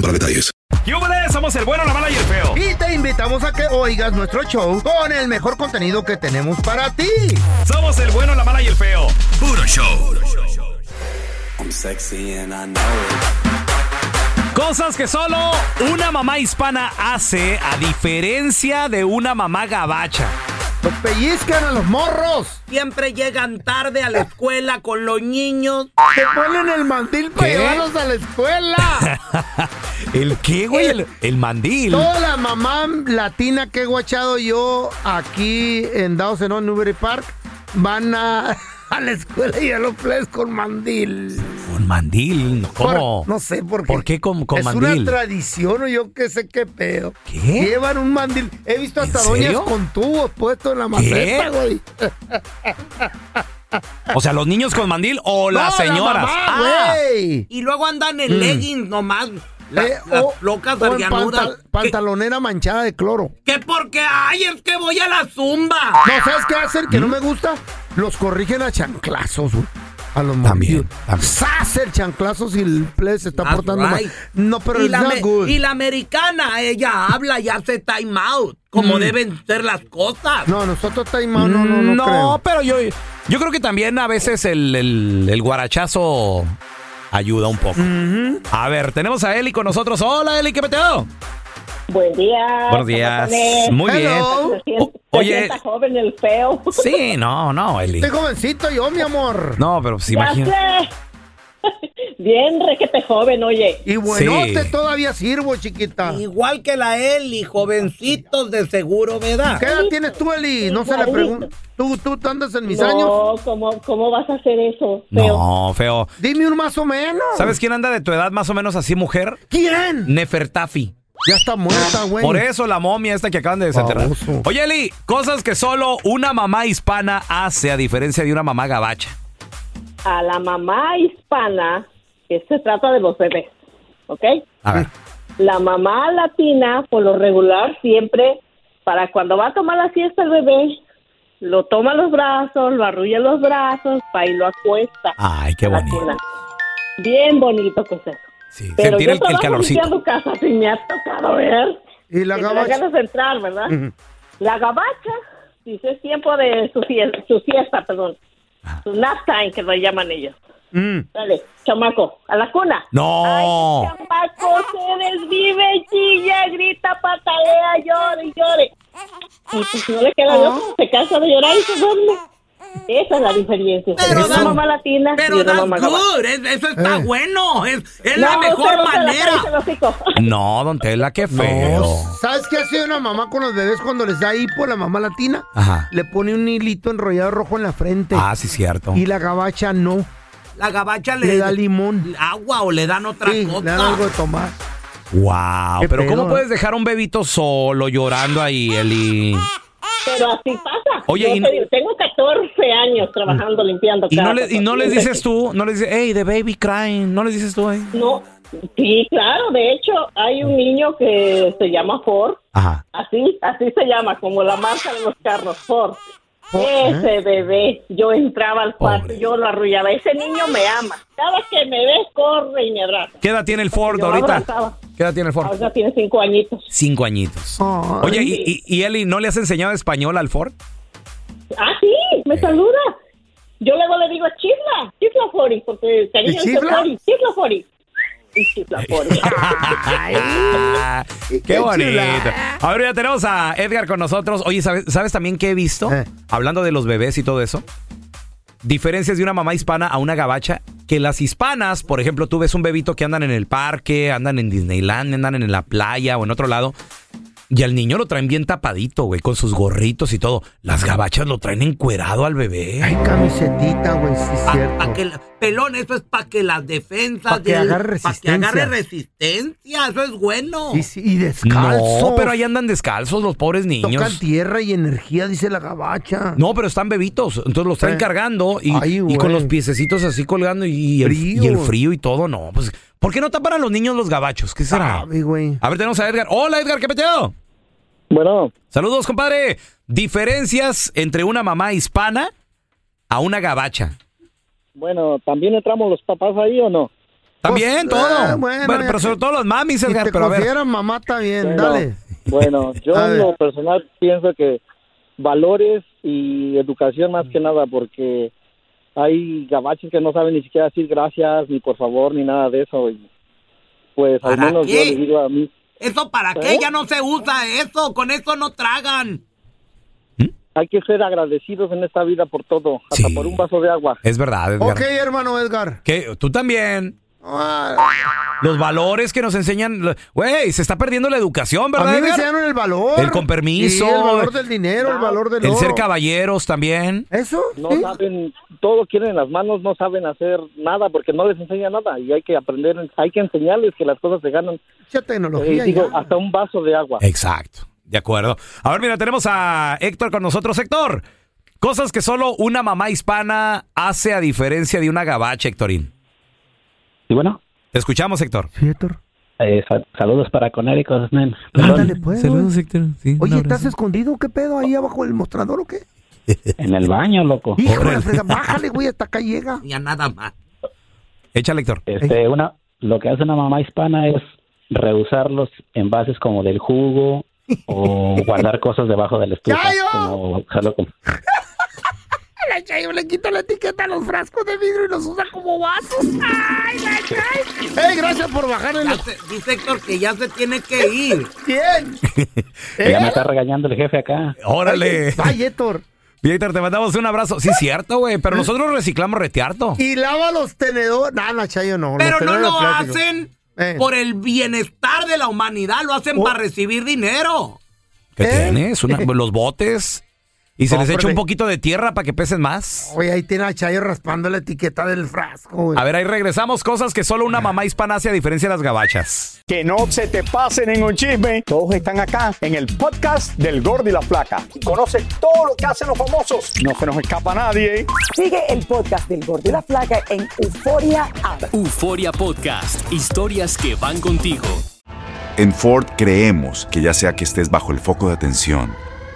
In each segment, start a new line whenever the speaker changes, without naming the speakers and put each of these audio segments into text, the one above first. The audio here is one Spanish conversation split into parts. para detalles.
¡Yúbales! Somos el bueno, la mala y el feo.
Y te invitamos a que oigas nuestro show con el mejor contenido que tenemos para ti.
Somos el bueno, la mala y el feo. Puro show.
Cosas que solo una mamá hispana hace a diferencia de una mamá gabacha.
Los pellizcan a los morros.
Siempre llegan tarde a la escuela con los niños.
Te ponen el mandil para
¿Qué?
llevarlos a la escuela.
¿El qué, güey?
Eh,
El, el mandil.
Toda la mamá latina que he guachado yo aquí en Down en Newbury Park van a, a la escuela y a los plebes con mandil.
Un mandil. ¿Cómo?
Por- no sé por qué.
¿Por qué con, con
es
mandil?
una tradición o yo qué sé qué pedo.
¿Qué?
Llevan un mandil. He visto
¿En
hasta doñas
serio?
con tubos puestos en la maceta, güey.
O sea, los niños con mandil o
No,
las
la
señoras.
mamá,
Ah,
güey.
Y luego andan
Mm.
en leggings nomás. Las,
Eh,
las
o-
locas
o en
verganudas.
pantal- pantalonera manchada de cloro.
Que porque, ay, es que voy a la zumba.
No, ¿sabes qué hacen? Que no
¿Mm?
me gusta. Los corrigen a chanclazos, güey. A los
También,
morrillos.
también.
¡Sas! El chanclazo si el plebe se está
That's
portando
right.
mal. No, pero
y,
it's
la
not
me-
good.
y la americana, ella habla y hace time out. Como deben ser las cosas.
Mm. No, nosotros está ahí, no, no, no, no,
no,
creo.
pero yo, yo creo que también a veces el, el- el guarachazo ayuda un poco. A ver, tenemos a Eli con nosotros. Hola, Eli, ¿qué peteo?
Buen día.
Buenos días. Muy
Hello.
Se sienta,
O- oye.
se sienta joven el feo.
bien. Sí, no, no, Eli.
Estoy jovencito yo, mi amor.
No, pero pues
Ya
imagínate.
sé. Bien requete joven, oye.
Y bueno,
Sí.
te todavía sirvo, chiquita.
Igual que la Eli, jovencitos de seguro, ¿verdad?
¿Qué edad tienes tú, Eli? No se le pregunta. ¿Tú, tú te andas en mis años?
No, ¿cómo, ¿cómo vas a hacer eso, feo?
No, feo.
Dime un más o menos.
¿Sabes quién anda de tu edad más o menos así, mujer?
quién?
Nefertafi.
Ya está muerta, güey.
Por eso la momia esta que acaban de desenterrar.
Baboso.
Oye, Eli, cosas que solo una mamá hispana hace a diferencia de una mamá gabacha.
A la mamá hispana, que se trata de los bebés, ¿ok?
A ver.
la mamá latina, por lo regular, siempre, para cuando va a tomar la siesta el bebé, lo toma en los brazos, lo arrulla en los brazos, pa' y lo acuesta.
Ay, Ah, qué
a la
bonito.
cuna. Bien bonito que es eso.
Sí,
Pero
sentir
yo
el- el,
trabajo
calorcito.
limpiando casa, si me ha tocado ver.
Y la
Que te dan
gabacha.
ganas de entrar, ¿verdad? La gabacha, dice, es tiempo de su siesta, su siesta perdón.
Ah.
Su nap time, que lo llaman ellos.
Mm.
Dale, chamaco, a la cuna.
No.
Ay, chamaco, se desvive, chilla, grita, patalea, llore y llore. Y pues no le
Ah.
queda de otra, se cansa de llorar y se duerme. Esa es la diferencia.
Pero
una
da-
mamá latina y
Pero
una
that's
mamá gabacha.
good, es- eso está
Eh.
bueno, es, es
No,
la mejor
usted no se la
manera.
cállese el hocico.
No, don Tela, qué feo.
¿Sabes qué hace una mamá con los bebés cuando les da hipo la mamá latina?
Ajá.
Le pone un hilito enrollado rojo en la frente.
Ah, sí, cierto.
Y la gabacha no.
La gabacha le,
Le da limón.
agua o le dan otra
Sí,
cosa.
le dan algo de tomar.
Wow.
Qué
Pero
pedo,
¿cómo
¿eh?
puedes dejar a un bebito solo llorando ahí, Eli?
Pero así pasa.
Oye,
Yo
y- Mm.
te digo, tengo 14 años trabajando, limpiando
Y no,
casa,
le- y no les dices tú, no les dices, hey, the baby crying, no les dices tú, eh.
No, Sí, claro, de hecho hay un niño que se llama Ford,
Ajá.
así, así se llama, como la marca de los carros, Ford.
¿eh?
Ese bebé, yo entraba al cuarto, yo lo arrullaba, ese niño me ama, cada vez que me ve corre y me abraza.
¿Qué edad tiene el Ford
Yo lo
ahorita?
abrazaba.
¿Qué edad tiene el Ford?
Ahora tiene cinco añitos.
Cinco añitos. Oye, y, y- y Eli, ¿no le has enseñado español al Ford?
Ah, sí, me
Eh.
saluda. Yo luego le digo chifla, chifla Fori, porque cariño dice
chifla?
Fori, chifla Fori. Y chifla Fori.
Ah, ¡Qué bonito! A ver, ya tenemos a Edgar con nosotros. Oye, ¿sabes, sabes también qué he visto? Hablando de los bebés y todo eso. Diferencias de una mamá hispana a una gabacha. Que las hispanas, por ejemplo, tú ves un bebito que andan en el parque, andan en Disneyland, andan en la playa o en otro lado. Y al niño lo traen bien tapadito, güey, con sus gorritos y todo. Las gabachas lo traen encuerado al bebé.
Eh.
Ay,
camisetita, güey, sí
Ah,
es cierto.
Pa' que la- pelón, eso es para que las defensas
Pa' que
del-
agarre
pa' que agarre
resistencia.
resistencia, eso es bueno.
Y, sí, y descalzo.
No, pero ahí andan descalzos los pobres niños.
Tocan tierra y energía, dice la gabacha.
No, pero están bebitos. Entonces los traen
Eh.
cargando y,
Ay,
y
güey.
con los piececitos así colgando y, y el,
Frío.
y el frío y todo. No, pues, ¿por qué no tapan a los niños los gabachos? ¿Qué será?
Ay, güey.
A ver, tenemos a Edgar. Hola, Edgar, ¿qué peteo?
Bueno.
Saludos, compadre. Diferencias entre una mamá hispana a una gabacha.
Bueno, ¿también entramos los papás ahí o no?
Ah,
También, todo. bueno, pero sobre todo las mamis, Edgar. pero a ver.
mamá, está bien,
Bueno,
dale.
Bueno, yo
A
en
ver.
lo personal pienso que valores y educación más que nada, porque hay gabaches que no saben ni siquiera decir gracias, ni por favor, ni nada de eso. y, pues al
¿Para
menos
qué?
yo les digo a mí.
¿Eso para qué?
¿Eh?
Ya no se usa eso, con eso no tragan.
Hay que ser agradecidos en esta vida por todo, hasta por un vaso de agua.
Es verdad, Edgar.
Ok, hermano Edgar. Ah.
¿Qué? Tú también. Los valores que nos enseñan. Güey, se está perdiendo la educación,
A
¿verdad?
mí me
Edgar?
enseñaron el valor.
El con permiso.
Sí, el valor del dinero, el
Ah.
valor del
El ser
oro.
caballeros también.
¿Eso?
No saben, todo lo quieren en las manos, no saben hacer nada porque no les enseña nada y hay que aprender, hay que enseñarles que las cosas se ganan.
Ya
tecnología. digo, hasta un vaso de agua.
Exacto. De acuerdo. A ver, mira, tenemos a Héctor con nosotros. Héctor, cosas que solo una mamá hispana hace a diferencia de una gabacha, Héctorín.
Y bueno.
Te escuchamos, Héctor.
Eh, sa- saludos para Conérico, men.
Ándale, pues.
Saludos,
Héctor.
Oye, ¿estás escondido? ¿Qué pedo ahí abajo del mostrador o qué?
En el baño, loco.
Hijo de la frega, bájale, güey, hasta acá llega.
Ya nada más.
Échale, Héctor.
Este, una, lo que hace una mamá hispana es rehusar los envases como del jugo o guardar cosas debajo del estufa. Como, jalo con-
La Chayo le quita la etiqueta a los frascos de vidrio y los usa como vasos. ¡Ay, la Chayo! ¡Ey, gracias por bajar el...
Dice Héctor que ya se tiene que ir.
¿Quién?
Ya me está regañando el jefe acá.
Órale.
Ay, Eh. Héctor. Eh.
Bien, Héctor, te mandamos un abrazo. Sí, cierto, güey, pero nosotros reciclamos retearto.
Y lava los tenedores. No, la Chayo no. los
Pero no
tenedores
lo
de plástico. Eh.
hacen por el bienestar de la humanidad, lo
Oh.
hacen para recibir dinero.
¿Qué tienes? ¿Eh? Una- los botes. Y se
Eh. No,
les echa
hombre.
un poquito de tierra para que pesen más.
Oye, ahí tiene a Chayo raspando la etiqueta del frasco, güey.
A ver, ahí regresamos. Cosas que solo
Ah.
una mamá hispana hace a diferencia de las gabachas.
Que no se te pase ningún chisme. Todos están acá en el podcast del Gordi y la Flaca. Y conoce todo lo que hacen los famosos. No se nos escapa nadie. eh.
Sigue el podcast del Gordo y la Flaca en Euforia App.
Euforia Podcast. Historias que van contigo.
En Ford creemos que ya sea que estés bajo el foco de atención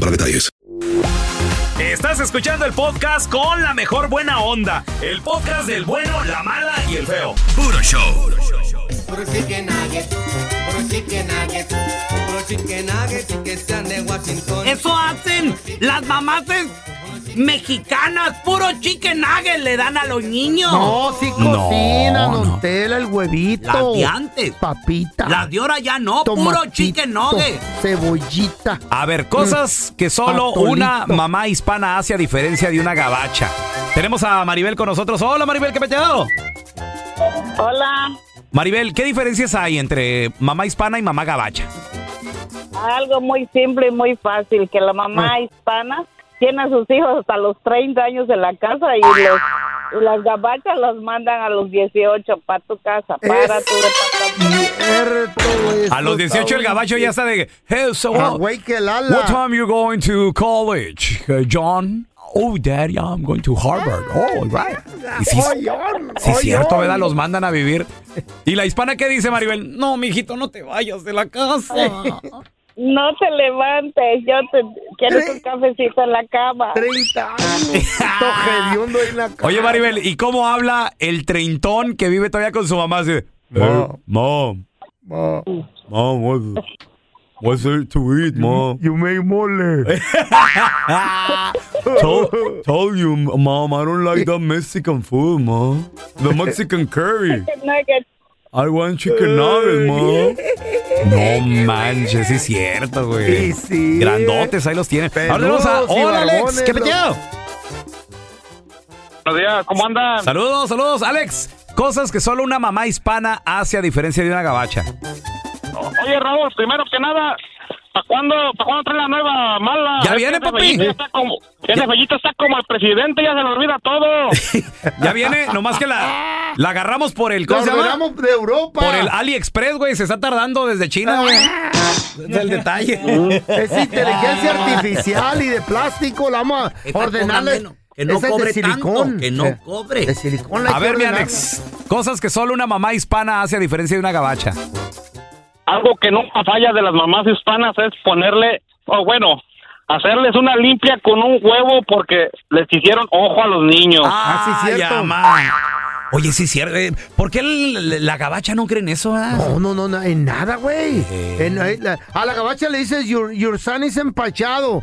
para detalles.
Estás escuchando el podcast con la mejor buena onda. El podcast del bueno, la mala y el feo. Puro show.
Puro chicken nuggets, puro chicken nuggets, puro chicken nuggets que sean de Washington.
Eso hacen las mamás mexicanas. Puro chicken nuggets le dan a los niños.
No, si cocinan, Nutella, el huevito.
Las de antes.
Papita.
Las de ahora ya no. Puro
tomatito,
chicken nugget.
Cebollita.
A ver, cosas que solo
Atolito.
una mamá hispana hace a diferencia de una gabacha. Tenemos a Maribel con nosotros. Hola Maribel, ¿qué peteado?
Hola,
Maribel, ¿qué diferencias hay entre mamá hispana y mamá gabacha?
algo muy simple y muy fácil, que la mamá hispana tiene a sus hijos hasta los 30 años en la casa y, los, y las gabachas las mandan a los 18 para tu casa, para tu
A los 18 el gabacho ya está de... Hey, so what, what time you going to college, uh, John? Oh, daddy, I'm going to Harvard. Oh, all right. Y sí, sí, cierto, ¿verdad? Los mandan a vivir. ¿Y la hispana qué dice, Maribel? No, mijito, no te vayas de la casa.
No te levantes, yo te quiero un cafecito en la cama.
30 Hediondo en la cara.
Oye, Maribel, ¿y cómo habla el treintón que vive todavía con su mamá? Así, de, "Hey, mom, mom, what- what's there to eat, mom? You make mole. tell, tell you, mom, I don't like that Mexican food, mom. The Mexican curry.
nuggets.
I want chicken nuggets, mom. No manches, sí es cierto,
Sí,
güey.
sí.
Grandotes, "Pues, ahí los tiene. Ahora
Peludos
vamos a...
y
Hola, Alex,
barbones,
¿qué
los-
peteado?
Buenos días, ¿cómo andan?
Saludos, saludos, Alex. Cosas que solo una mamá hispana hace a diferencia de una gabacha.
Oye, Raúl, primero que nada, ¿para cuándo, pa' cuándo trae la nueva mala?
Ya viene,
ese
papi.
Fellito ya está como, ese Fellito está como el presidente, ya se le olvida todo.
Ya viene, nomás que la, la agarramos por el... ¿Cómo
La
se llama?
ordenamos de Europa.
Por el AliExpress, güey. Se está tardando desde China, güey. Es el detalle.
Es inteligencia artificial y de plástico. La vamos a ordenarle.
que
Esa
no
es de
cobre tanto,
silicón.
que no
Sí.
cobre.
De silicón la hay
A
que
ver, mi
ordenarla.
Alex. Cosas que solo una mamá hispana hace a diferencia de una gabacha.
Algo que nunca falla de las mamás hispanas es ponerle, o bueno, hacerles una limpia con un huevo porque les hicieron ojo a los niños.
Ah, sí, cierto. Oye, sí, cierto. eh, ¿Por qué el- la gabacha no cree en eso, ah?
No, no, no, na- en nada, güey.
Eh.
En- eh, la- A la gabacha le dices, your, your son is empachado.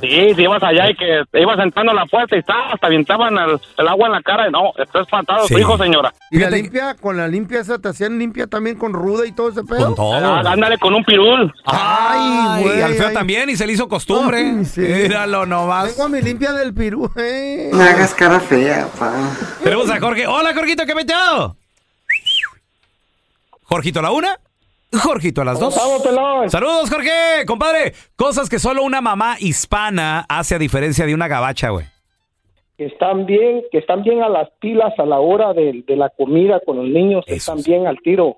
Sí, si ibas allá y que ibas sentando a la puerta y estaba, hasta aventaban el, el agua en la cara. y No, está espantado
Sí.
su hijo, señora.
Y la limpia, con la limpia esa te hacían limpia también con ruda y todo ese pedo.
Con todo.
Ah, ándale con un pirul.
Ay,
Y
güey.
al feo
ay.
también, y se le hizo costumbre.
Ay, sí.
Míralo nomás.
Tengo a mi limpia del Perú, eh.
cara Ah, fea, pa. Tenemos a Jorge. Hola, Jorgito, ¿qué metido? Jorgito a la una, Jorgito a las dos. Saludos, Jorge. Compadre, cosas que solo una mamá hispana hace a diferencia de una gabacha, güey.
que están bien, que están bien a las pilas a la hora de, de la comida con los niños, están bien al tiro.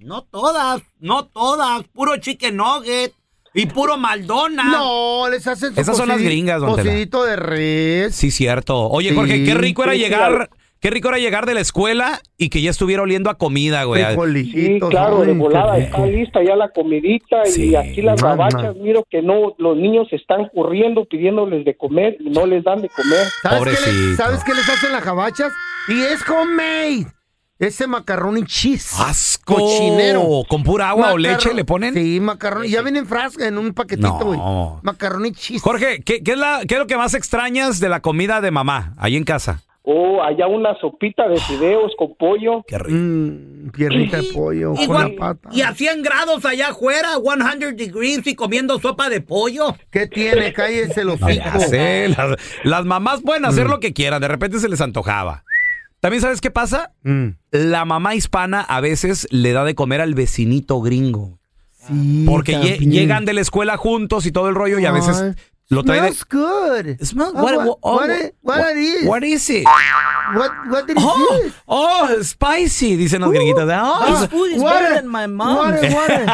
No todas, no todas. Puro chicken nugget y puro maldona.
No, les hacen su
Esas son las
cocidi-
gringas, don Tela.
Cocidito de res.
Sí, cierto. Oye,
Sí.
Jorge, qué rico era
Sí,
llegar.
claro.
Qué rico era llegar de la escuela y que ya estuviera oliendo a comida, güey.
Sí, claro, de volada está lista ya la comidita
Sí.
y aquí las
Man,
babachas, miro que no, los niños están corriendo pidiéndoles de comer y no les dan de comer.
¿Sabes qué, les, ¿Sabes qué les hacen las jabachas? Y es homemade. Ese macarrón y cheese.
¡Asco!
Cochinero.
¿Con pura agua o leche le ponen?
Sí, macarrón. Ya viene en frasca, en un paquetito, güey.
No.
Macarrón y cheese.
Jorge, ¿qué, qué es la- qué es lo que más extrañas de la comida de mamá ahí en casa?
o allá una sopita de fideos con pollo.
Qué
rico. piernita Mm, de pollo
Y,
con
guan-
la pata.
y a 100 grados allá afuera, 100 degrees y comiendo sopa de pollo.
¿Qué tiene? Cállese los Mm.
No le hace, las, las mamás pueden hacer lo que quieran, de repente se les antojaba. También sabes qué pasa?
Mm.
La mamá hispana a veces le da de comer al vecinito gringo. porque lle-
también.
llegan de la escuela juntos y todo el rollo y a veces lo trae de...
Smells good.
Smells-
Ah,
what-
what,
oh,
what, it- what it is?
what is it?
What, what it
Oh,
is?
oh, spicy, dicen las gringuitas. Oh,
Ah,
it's-
food is
water,
better than my mom.
Water, water,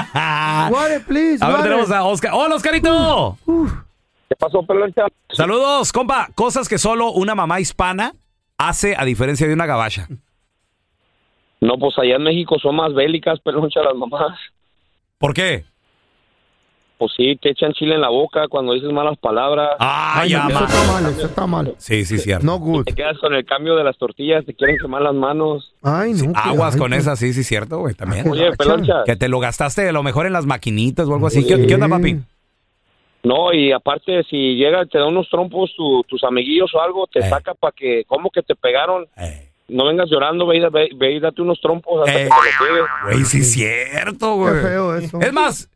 water, please.
A ver,
water.
tenemos a Oscar. ¡Hola, Oscarito!
¿Qué pasó, peloncha?
Saludos, compa. Cosas que solo una mamá hispana hace a diferencia de una gabacha.
No, pues allá en México son más bélicas, peloncha, las mamás.
¿Por qué?
Pues sí, te echan chile en la boca cuando dices malas palabras.
Ah,
Ay, no, eso está mal, eso está mal.
Sí, sí, cierto.
No good.
Te quedas con el cambio de las tortillas, te quieren quemar las manos.
Ay, no. qué
Aguas con
gacho.
esas, sí, sí, cierto, güey, también.
Oye, peloncha.
Que te lo gastaste a lo mejor en las maquinitas o algo así. ¿Qué, qué onda, papi?
No, y aparte, si llega, te da unos trompos tu- tus amiguillos o algo,
Eh.
te saca para que, ¿cómo que te pegaron? No vengas llorando, ve y, da- ve- ve y date unos trompos hasta
Eh.
que te lo pegues.
Güey, sí, cierto, güey.
Qué feo eso.
Es más,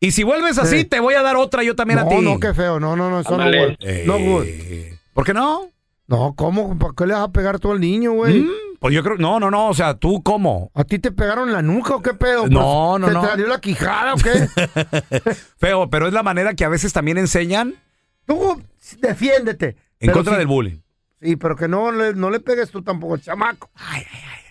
y si vuelves así,
Sí.
te voy a dar otra yo también a ti. Eh,
No, no, qué feo. No, no, no, eso no
Ándale.
good. No good.
¿Por qué no?
No, ¿cómo? ¿Para qué le vas a pegar tú al niño, güey?
Pues yo creo, no, no, no, o sea, ¿tú cómo?
¿A ti te pegaron la nuca o qué pedo?
No,
Pues,
no,
¿Te
no.
salió la quijada o qué?
Feo, pero es la manera que a veces también enseñan
Tú defiéndete.
en
Pero
contra
sí-
del bullying.
Sí, pero que no le, no le pegues tú tampoco, al chamaco.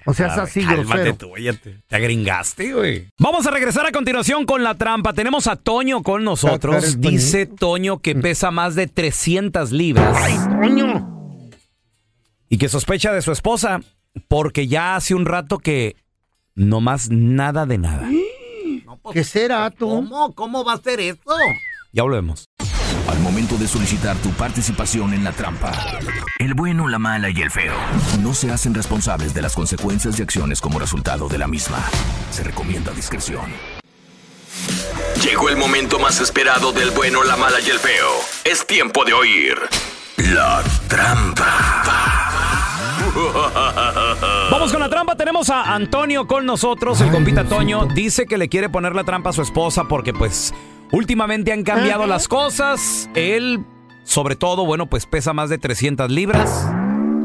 O sea, es
Ah,
así,
Cálmate
grosero.
tú, oye, te te agringaste, güey. Vamos a regresar a continuación con la trampa. Tenemos a Toño con nosotros.
eres
Dice Toño
Mm.
que pesa más de 300 libras
¡Coño!
y que sospecha de su esposa porque ya hace un rato que no más nada de nada. pues,
¿Qué será tú?
¿Cómo? ¿Cómo va a ser eso?
Ya volvemos.
Al momento de solicitar tu participación en la trampa, el bueno, la mala y el feo no se hacen responsables de las consecuencias y acciones como resultado de la misma. Se recomienda discreción.
Llegó el momento más esperado del bueno, la mala y el feo. Es tiempo de oír la trampa.
Vamos con la trampa. Tenemos a Antonio con nosotros. El compita Toño dice que le quiere poner la trampa a su esposa porque, pues, últimamente han cambiado las cosas. Él, sobre todo, bueno, pues pesa más de 300 libras.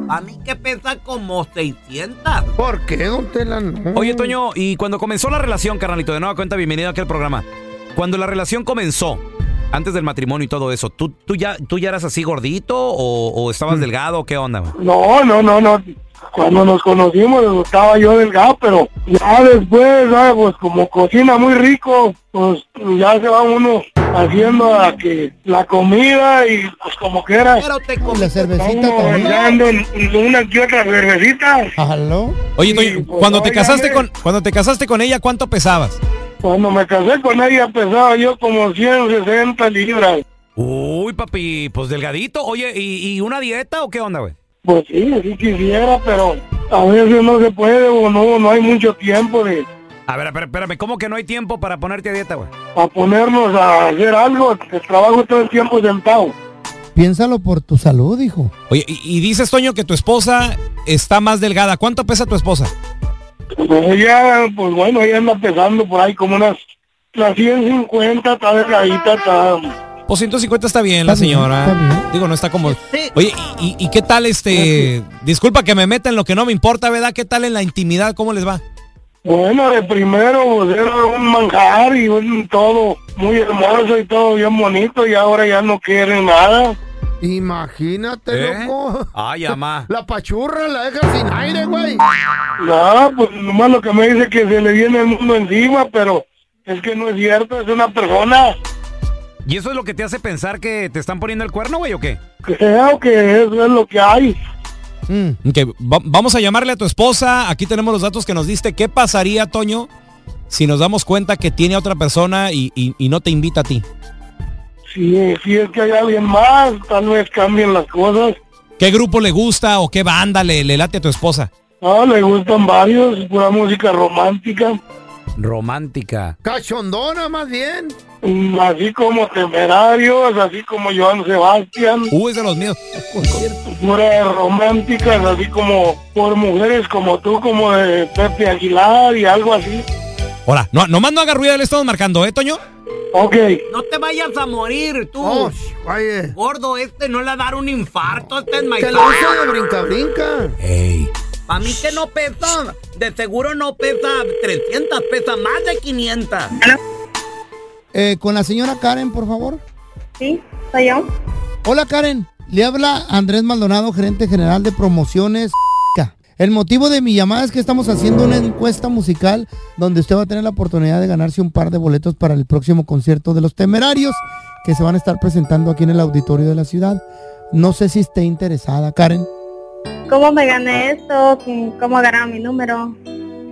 A mí que pesa como 600.
¿Por qué, don Tela? No.
Oye, Toño, y cuando comenzó la relación, carnalito, de nueva cuenta, bienvenido aquí al programa. Cuando la relación comenzó, antes del matrimonio y todo eso, ¿tú, tú, ya, tú ya eras así gordito o, o
Mm.
estabas delgado? o ¿Qué onda? güey?
No, no, no, no. Cuando nos conocimos estaba yo delgado, pero ya después, ¿sabes? pues como cocina muy rico, pues ya se va uno haciendo a que la comida y pues como quiera.
Pero te comes
la
cervecita
también. una que otra cervecita.
¿Aló?
Oye,
Toño, Sí, pues, cuando te oigan, casaste eh. con-
cuando te casaste con ella, ¿cuánto pesabas?
Cuando me casé con ella pesaba yo como 160 libras.
Uy, papi, pues delgadito. Oye, ¿y, y una dieta o qué onda, güey?
Pues sí, sí quisiera, pero a veces no se puede o no, no hay mucho tiempo de
A ver, a ver, espérame, ¿cómo que no hay tiempo para ponerte a dieta, güey?
a ponernos a hacer algo. El trabajo todo el tiempo sentado.
Piénsalo por tu salud, hijo.
Oye, y, dices, Toño, que tu esposa está más delgada. ¿Cuánto pesa tu esposa?
Pues ella, pues bueno, ella anda pesando por ahí como unas las 150, está delgadita, está...
Pues 150 está bien la señora. Digo, no está como... Oye, ¿y, y- y qué tal este... Disculpa que me meta en lo que no me importa, ¿verdad? ¿Qué tal en la intimidad? ¿Cómo les va?
Bueno, de primero pues era un manjar y un todo muy hermoso y todo bien bonito y ahora ya no quiere nada.
Imagínate,
¿Eh?
loco.
Ay, mamá.
La pachurra la dejas sin aire, güey.
Nada, pues nomás lo que me dice que se le viene el mundo encima, pero es que no es cierto, es una persona.
¿Y eso es lo que te hace pensar que te están poniendo el cuerno, güey, o qué?
Creo que eso es lo que hay.
Mm.
Ok, va- vamos a llamarle a tu esposa. Aquí tenemos los datos que nos diste. ¿Qué pasaría, Toño, si nos damos cuenta que tiene a otra persona y, y- y no te invita a ti?
Si, si es que hay alguien más, tal vez cambien las cosas.
¿Qué grupo le gusta o qué banda le, le late a tu esposa?
Ah, le gustan varios, pura música romántica.
Romántica.
Cachondona, más bien.
Mm, Así como temerarios, así como Joan Sebastián.
Uy, es de los míos.
Puras románticas, así como por mujeres como tú, como de Pepe Aguilar y algo así.
Hola, no, nomás no haga ruido, le estamos marcando, ¿eh, Toño?
Ok.
No te vayas a morir, tú.
Oh,
Gordo, este no le va a dar un infarto, este es
Que la usa de brinca, brinca.
A mí que no pesa, de seguro no pesa 300, pesa más de 500.
Eh, con la señora Karen, por favor.
Sí, soy yo.
Hola Karen, le habla Andrés Maldonado, gerente general de promociones. El motivo de mi llamada es que estamos haciendo una encuesta musical donde usted va a tener la oportunidad de ganarse un par de boletos para el próximo concierto de los temerarios que se van a estar presentando aquí en el auditorio de la ciudad. No sé si esté interesada, Karen.
¿Cómo me gané esto? ¿Cómo ganaron mi número?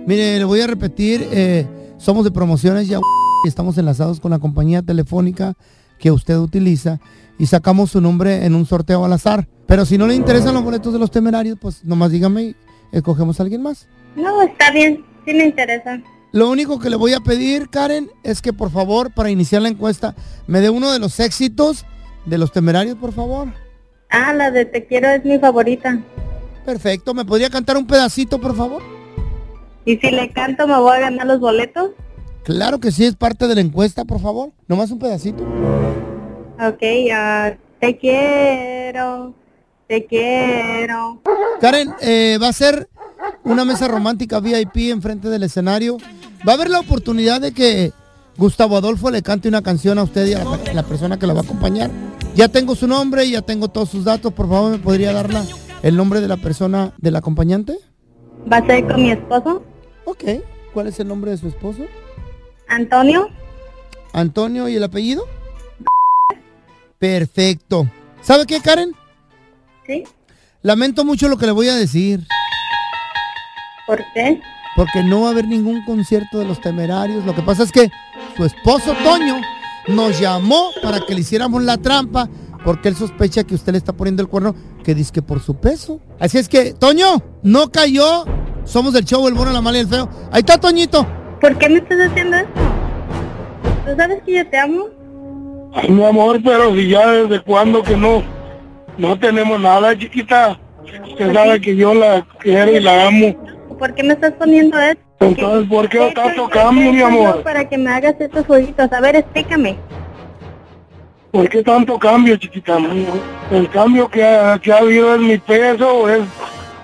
Mire, le voy a repetir, eh, somos de promociones ya y estamos enlazados con la compañía telefónica que usted utiliza y sacamos su nombre en un sorteo al azar. Pero si no le interesan los boletos de los temerarios, pues nomás dígame y escogemos a alguien más.
No, está bien, sí me interesa.
Lo único que le voy a pedir, Karen, es que por favor, para iniciar la encuesta, me dé uno de los éxitos de los temerarios, por favor.
Ah, la de Te Quiero es mi favorita.
Perfecto, ¿me podría cantar un pedacito, por favor?
¿Y si le canto me voy a ganar los boletos?
Claro que sí, es parte de la encuesta, por favor. Nomás un pedacito.
Ok, ah, te quiero, te quiero.
Karen, eh, va a ser una mesa romántica VIP enfrente del escenario. Va a haber la oportunidad de que Gustavo Adolfo le cante una canción a usted y a la, la persona que la va a acompañar. Ya tengo su nombre, ya tengo todos sus datos. Por favor, ¿me podría dar la- el nombre de la persona, del acompañante?
¿Va a ser con mi esposo?
Ok, ¿cuál es el nombre de su esposo?
¿Antonio?
Antonio, ¿y el apellido? Perfecto. ¿Sabe qué, Karen?
Sí.
Lamento mucho lo que le voy a decir.
¿Por qué?
Porque no va a haber ningún concierto de los temerarios. Lo que pasa es que su esposo Toño nos llamó para que le hiciéramos la trampa porque él sospecha que usted le está poniendo el cuerno que dice que por su peso. Así es que, Toño, no cayó. Somos del show El Bueno, la Mala y el Feo. Ahí está, Toñito.
¿Por qué me estás haciendo esto? ¿Tú sabes que yo te amo?
Ay, mi amor, pero si ya desde cuando que no, no tenemos nada, chiquita. Usted sabe que yo la quiero y la amo.
¿Por qué me estás poniendo esto?
Entonces, ¿por qué lo estás tocando, mi amor?
Para que me hagas estos jueguitos. A ver, explícame.
¿Por qué tanto cambio, chiquita? El cambio que ha, que ha habido es mi peso, es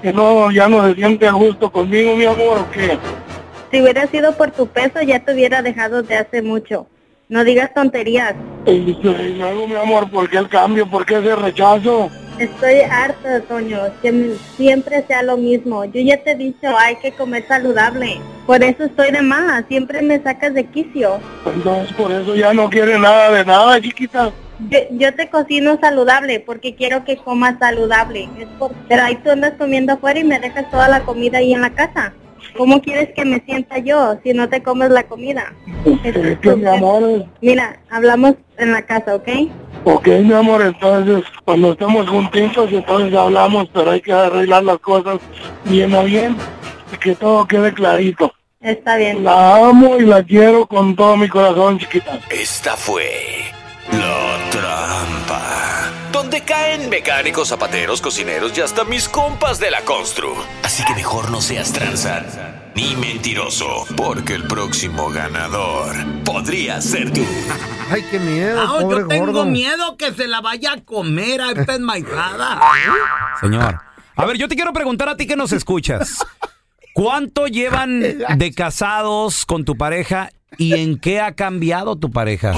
que no, ya no se siente a gusto conmigo, mi amor, o qué.
Si hubiera sido por tu peso, ya te hubiera dejado de hace mucho. No digas tonterías.
Y te digo algo, mi amor, ¿por qué el cambio? ¿Por qué ese rechazo?
Estoy harta, Toño, que me- siempre sea lo mismo. Yo ya te he dicho, hay que comer saludable. Por eso estoy de más, siempre me sacas de quicio.
Entonces, por eso ya no quiere nada de nada, chiquita.
Yo, yo te cocino saludable porque quiero que comas saludable. Es por- pero ahí tú andas comiendo afuera y me dejas toda la comida ahí en la casa. ¿Cómo quieres que me sienta yo si no te comes la comida?
Es que, Pues, mi amor,
Mira, hablamos en la casa, ¿ok?
Ok, mi amor, entonces cuando estemos juntitos, entonces hablamos, pero hay que arreglar las cosas bien a bien y que todo quede clarito.
Está bien.
La amo y la quiero con todo mi corazón, chiquita.
Esta fue la trampa. Donde caen mecánicos, zapateros, cocineros y hasta mis compas de la constru. Así que mejor no seas tranza ni mentiroso, porque el próximo ganador podría ser tú.
Ay, qué miedo,
Ah,
pobre
yo tengo
gordo.
miedo que se la vaya a comer a este esta enmaizada.
Señor. A ver, yo te quiero preguntar a ti que nos escuchas. ¿Cuánto llevan de casados con tu pareja y en qué ha cambiado tu pareja?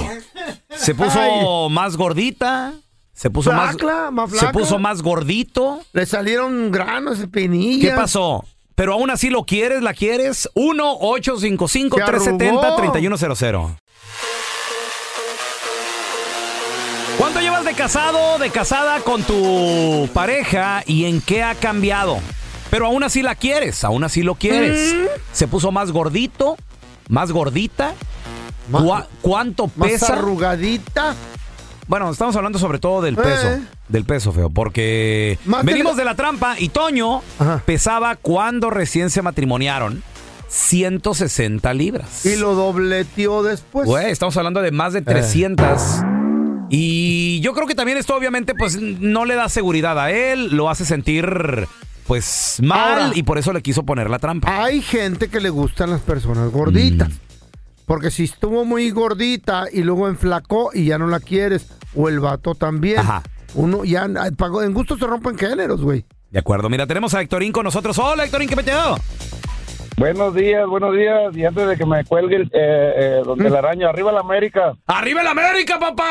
¿Se puso
Ay.
más gordita? ¿Se puso más,
Flacla, más
¿Se
flaca.
puso más gordito?
Le salieron granos, espinillas.
¿Qué pasó? Pero aún así lo quieres, la quieres. 1-855-370-3100. ¿Cuánto llevas de casado, de casada con tu pareja y en qué ha cambiado? Pero aún así la quieres, aún así lo quieres.
Mm.
¿Se puso más gordito? ¿Más gordita? ¿Cuá- ¿Cuánto
Más
pesa?
arrugadita.
Bueno, estamos hablando sobre todo del peso.
Eh.
Del peso, feo. Porque
Más de
venimos
la-
de la trampa y Toño pesaba cuando recién se matrimoniaron. 160 libras.
Y lo dobleteó
pues.
después.
Güey, estamos hablando de
Eh.
más de 300. Y yo creo que también esto obviamente pues no le da seguridad a él, lo hace sentir pues mal
Ahora.
y por eso le quiso poner la trampa.
Hay gente que le gustan las personas gorditas.
Mm.
Porque si estuvo muy gordita y luego enflacó y ya no la quieres, o el vato también. Uno ya ay, pagó- en gusto se rompen géneros, güey.
De acuerdo, mira, tenemos a Héctorín con nosotros. Hola Héctorín, ¿qué peteo?
Buenos días, buenos días. Y antes de que me cuelgue el, eh, eh,
Mm.
don Telaraño, arriba la América.
¡Arriba la América, papá!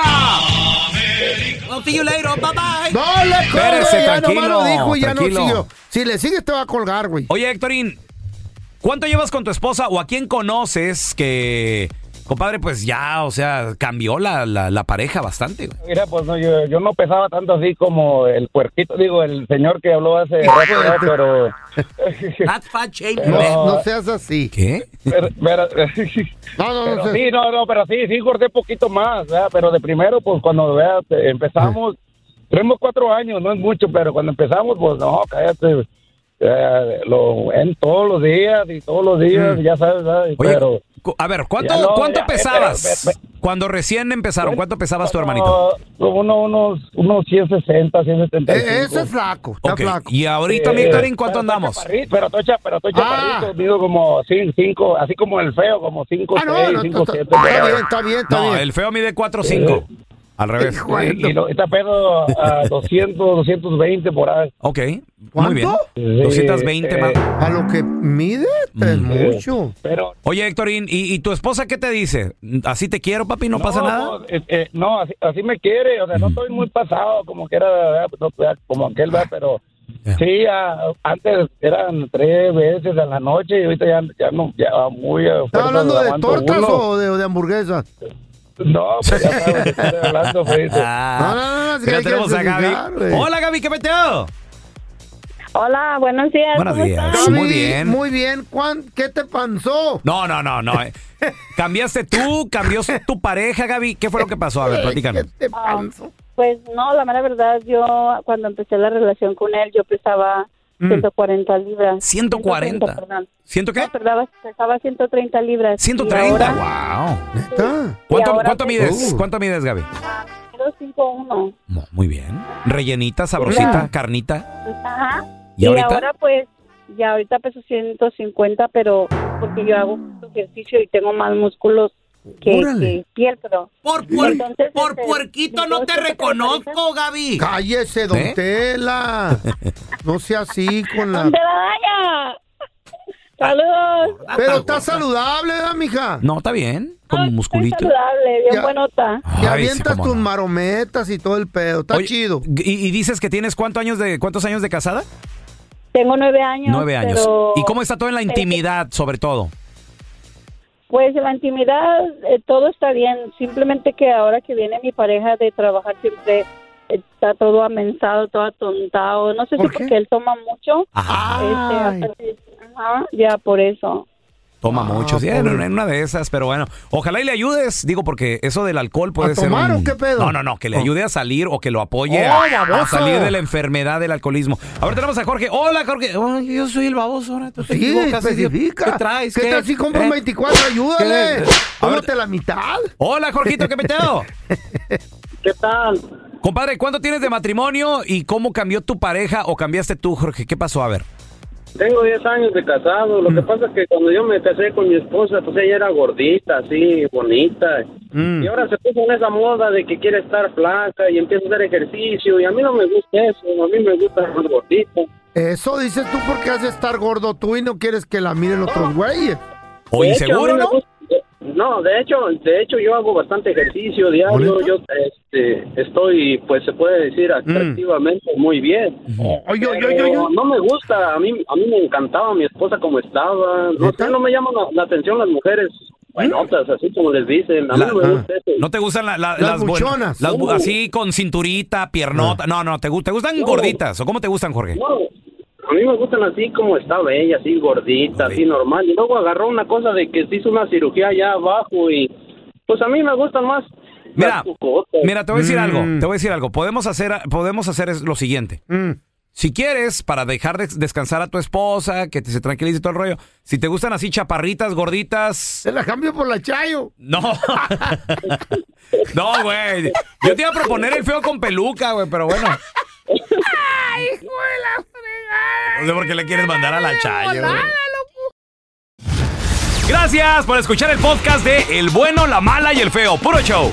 I'll see you later, bye bye.
No le corre,
Espérese,
ya
tranquilo,
nomás lo dijo y ya
tranquilo.
no siguió. Si le sigues te va a colgar, güey.
Oye Héctorín, ¿cuánto llevas con tu esposa o a quién conoces que, compadre, pues ya, o sea, cambió la, la- la pareja bastante? güey?
Mira, pues no, yo, yo no pesaba tanto así como el puerquito, digo, el señor que habló hace rato, ¿verdad? pero...
That's fat shaming.
No, no
seas así.
¿Qué?
Pero, pero- pero
no sé.
sí, no, no, pero sí, sí, corté poquito más, ¿verdad? pero de primero, pues cuando ¿verdad? Te- empezamos, tenemos cuatro años, no es mucho, pero cuando empezamos, pues no, cállate, eh, lo, en todos los días y todos los días,
Mm.
ya sabes, ¿verdad? Y
Oye,
pero...
cu- a ver, ¿cuánto,
Ya no,
¿cuánto
ya, eh,
pesabas?
espera,
Cuando recién empezaron, ¿cuánto
Pues,
pesabas tu hermanito?
no, como uno- unos, unos 160, 175.
Ese es flaco, está
Ok,
flaco. Ah.
Y ahorita,
Eh,
mi Héctorín, ¿cuánto
pero estoy
andamos?
chaparrito, Pero estoy, cha- pero estoy chaparrito, digo como 5, así como el feo, como 5,
Ah, no,
6,
no,
5,
está-
7.
está bien, está bien, está
No,
bien.
el feo mide 4'5". Al revés.
Y, ah, y lo- está pedo a 200, 220 por ahí.
Ok, muy bien.
Sí,
220
eh,
más. Mm.
A lo que mide, te es mucho.
Pero
Oye, Héctorín, ¿y, y tu esposa qué te dice? ¿Así te quiero, papi? ¿No, pasa nada? Mm.
No, eh, eh, no, así, así me quiere, o sea, no estoy muy pasado como que era, ¿verdad? No, ¿verdad? como aquel, va, pero sí, ah, antes eran tres veces a la noche y ahorita ya, ya no, ya muy... ¿Estás
¿Estás hablando de tortas o de, o de hamburguesas?
No, pues ya sabes, de qué estoy hablando, feito.
No, no, no, es que
Ah. Mira,
hay que
tenemos a
explicar,
Gaby.
güey.
Hola, Gaby, ¿qué peteo?
Hola, buenos días.
Buenos
¿cómo
días.
están?
Muy bien.
Muy bien, Juan, ¿qué te pasó?
No, no, no, no. eh. ¿Cambiaste tú? ¿Cambió tu pareja, Gaby? ¿Qué fue lo que pasó? A ver, platícanos.
Ah, pues no, la mera verdad, yo cuando empecé la relación con él, yo pesaba
Mm.
140 libras.
140.
130, perdón.
¿Siento qué?
No, perdaba- pesaba 130 libras.
130, wow.
Y
¿Cuánto,
ahora Uh.
cuánto
tengo-
mides? ¿Cuánto mides, Gaby?
Pero 5'1".
Muy bien. Rellenita, sabrosita,
Hola.
carnita.
Ajá.
¿Y ahorita?
ahora pues, ya ahorita peso 150, pero porque yo hago ejercicio y tengo más músculos que,
Órale.
que piel, pero...
Por, puer- por
este,
puerquito no te reconozco, Gaby.
Cállese, don
¿Eh?
Tela. No sea así con la. Ah.
¡Saludos!
Pero está saludable, ¿verdad, mija?
No, está bien. Con musculito.
saludable, bien
Ya-
buenota.
Y
Ay, sí,
avientas
cómo
tus
no.
marometas y todo el pedo. Está
Oye,
chido.
¿Y, y dices que tienes cuántos años de cuántos años de casada?
Tengo nueve años.
Nueve años.
pero-
¿Y cómo está todo en la
pero-
intimidad, sobre todo?
Pues en la intimidad eh, todo está bien, simplemente que ahora que viene mi pareja de trabajar siempre eh, está todo amensado, todo atontado, no sé si porque él toma mucho, Este, aparte- ajá, ya por eso.
Toma
Ah,
mucho. Sí, en,
pobre.
en una de esas, pero bueno. Ojalá y le ayudes. Digo, porque eso del alcohol puede
¿A
ser.
tomar
un-
o qué pedo?
No, no, no. Que le ayude a salir o que lo apoye
¡Oh,
a, a
baboso!
salir de la enfermedad del alcoholismo. Ahora tenemos a Jorge. Hola, Jorge. Ay, yo soy el baboso. Ahora tú te
Sí,
equivocas,
especifica.
¿Qué traes?
¿Qué, tal si compro un
¿Eh?
24? Ayúdale.
¿Qué?
Tómate la mitad.
Hola, Jorgito, ¿qué peteo?
¿Qué tal?
Compadre, ¿cuánto tienes de matrimonio y cómo cambió tu pareja o cambiaste tú, Jorge? ¿Qué pasó? A ver.
Tengo 10 años de casado.
Mm.
Lo que pasa es que cuando yo me casé con mi esposa, pues ella era gordita, así, bonita.
Mm.
Mm.
Y ahora se puso en esa moda de que quiere estar flaca y empieza a hacer ejercicio. Y a mí no me gusta eso. A mí me gusta más gordito.
Eso dices tú porque has de estar gordo tú y no quieres que la miren otros güeyes.
De hecho, a mí me
pues,
gusta- eh, No, de hecho, de hecho yo hago bastante ejercicio diario.
¿Neta?
Yo este, estoy, pues se puede decir, activamente muy bien.
oy, oy,
Pero No me gusta. A mí, a mí me encantaba mi esposa como estaba. No, sé, no me llaman la, la atención las mujeres buenotas, así como les dicen. A mí
La-
no me gusta eso.
¿No te gustan la- la-
Las
buen-
buchonas.
las bu-
Uh.
así con cinturita, piernota. No, no, ¿te, gu- te gustan gorditas? ¿O cómo te gustan, Jorge?
No, a mí me gustan así como estaba ella, así gordita, así normal. Y luego agarró una cosa de que se hizo una cirugía allá abajo y pues a mí me gustan más.
Mira,
las cucotas.
Mm.
Mm.
Mira, te voy a decir algo, te voy a decir algo. Podemos hacer, podemos hacer es- lo siguiente. Si quieres, para dejar de descansar a tu esposa, que te- se tranquilice y todo el rollo. Si te gustan así chaparritas, gorditas. Se
la cambio por la Chayo.
No. no, güey. Yo te iba a proponer el feo con peluca, güey, pero bueno.
¡Ay, hijo de la
No sé por qué le quieres mandar a la Chayo, güey.
volada,
Gracias por escuchar el podcast de El bueno, la mala y el feo. Puro show.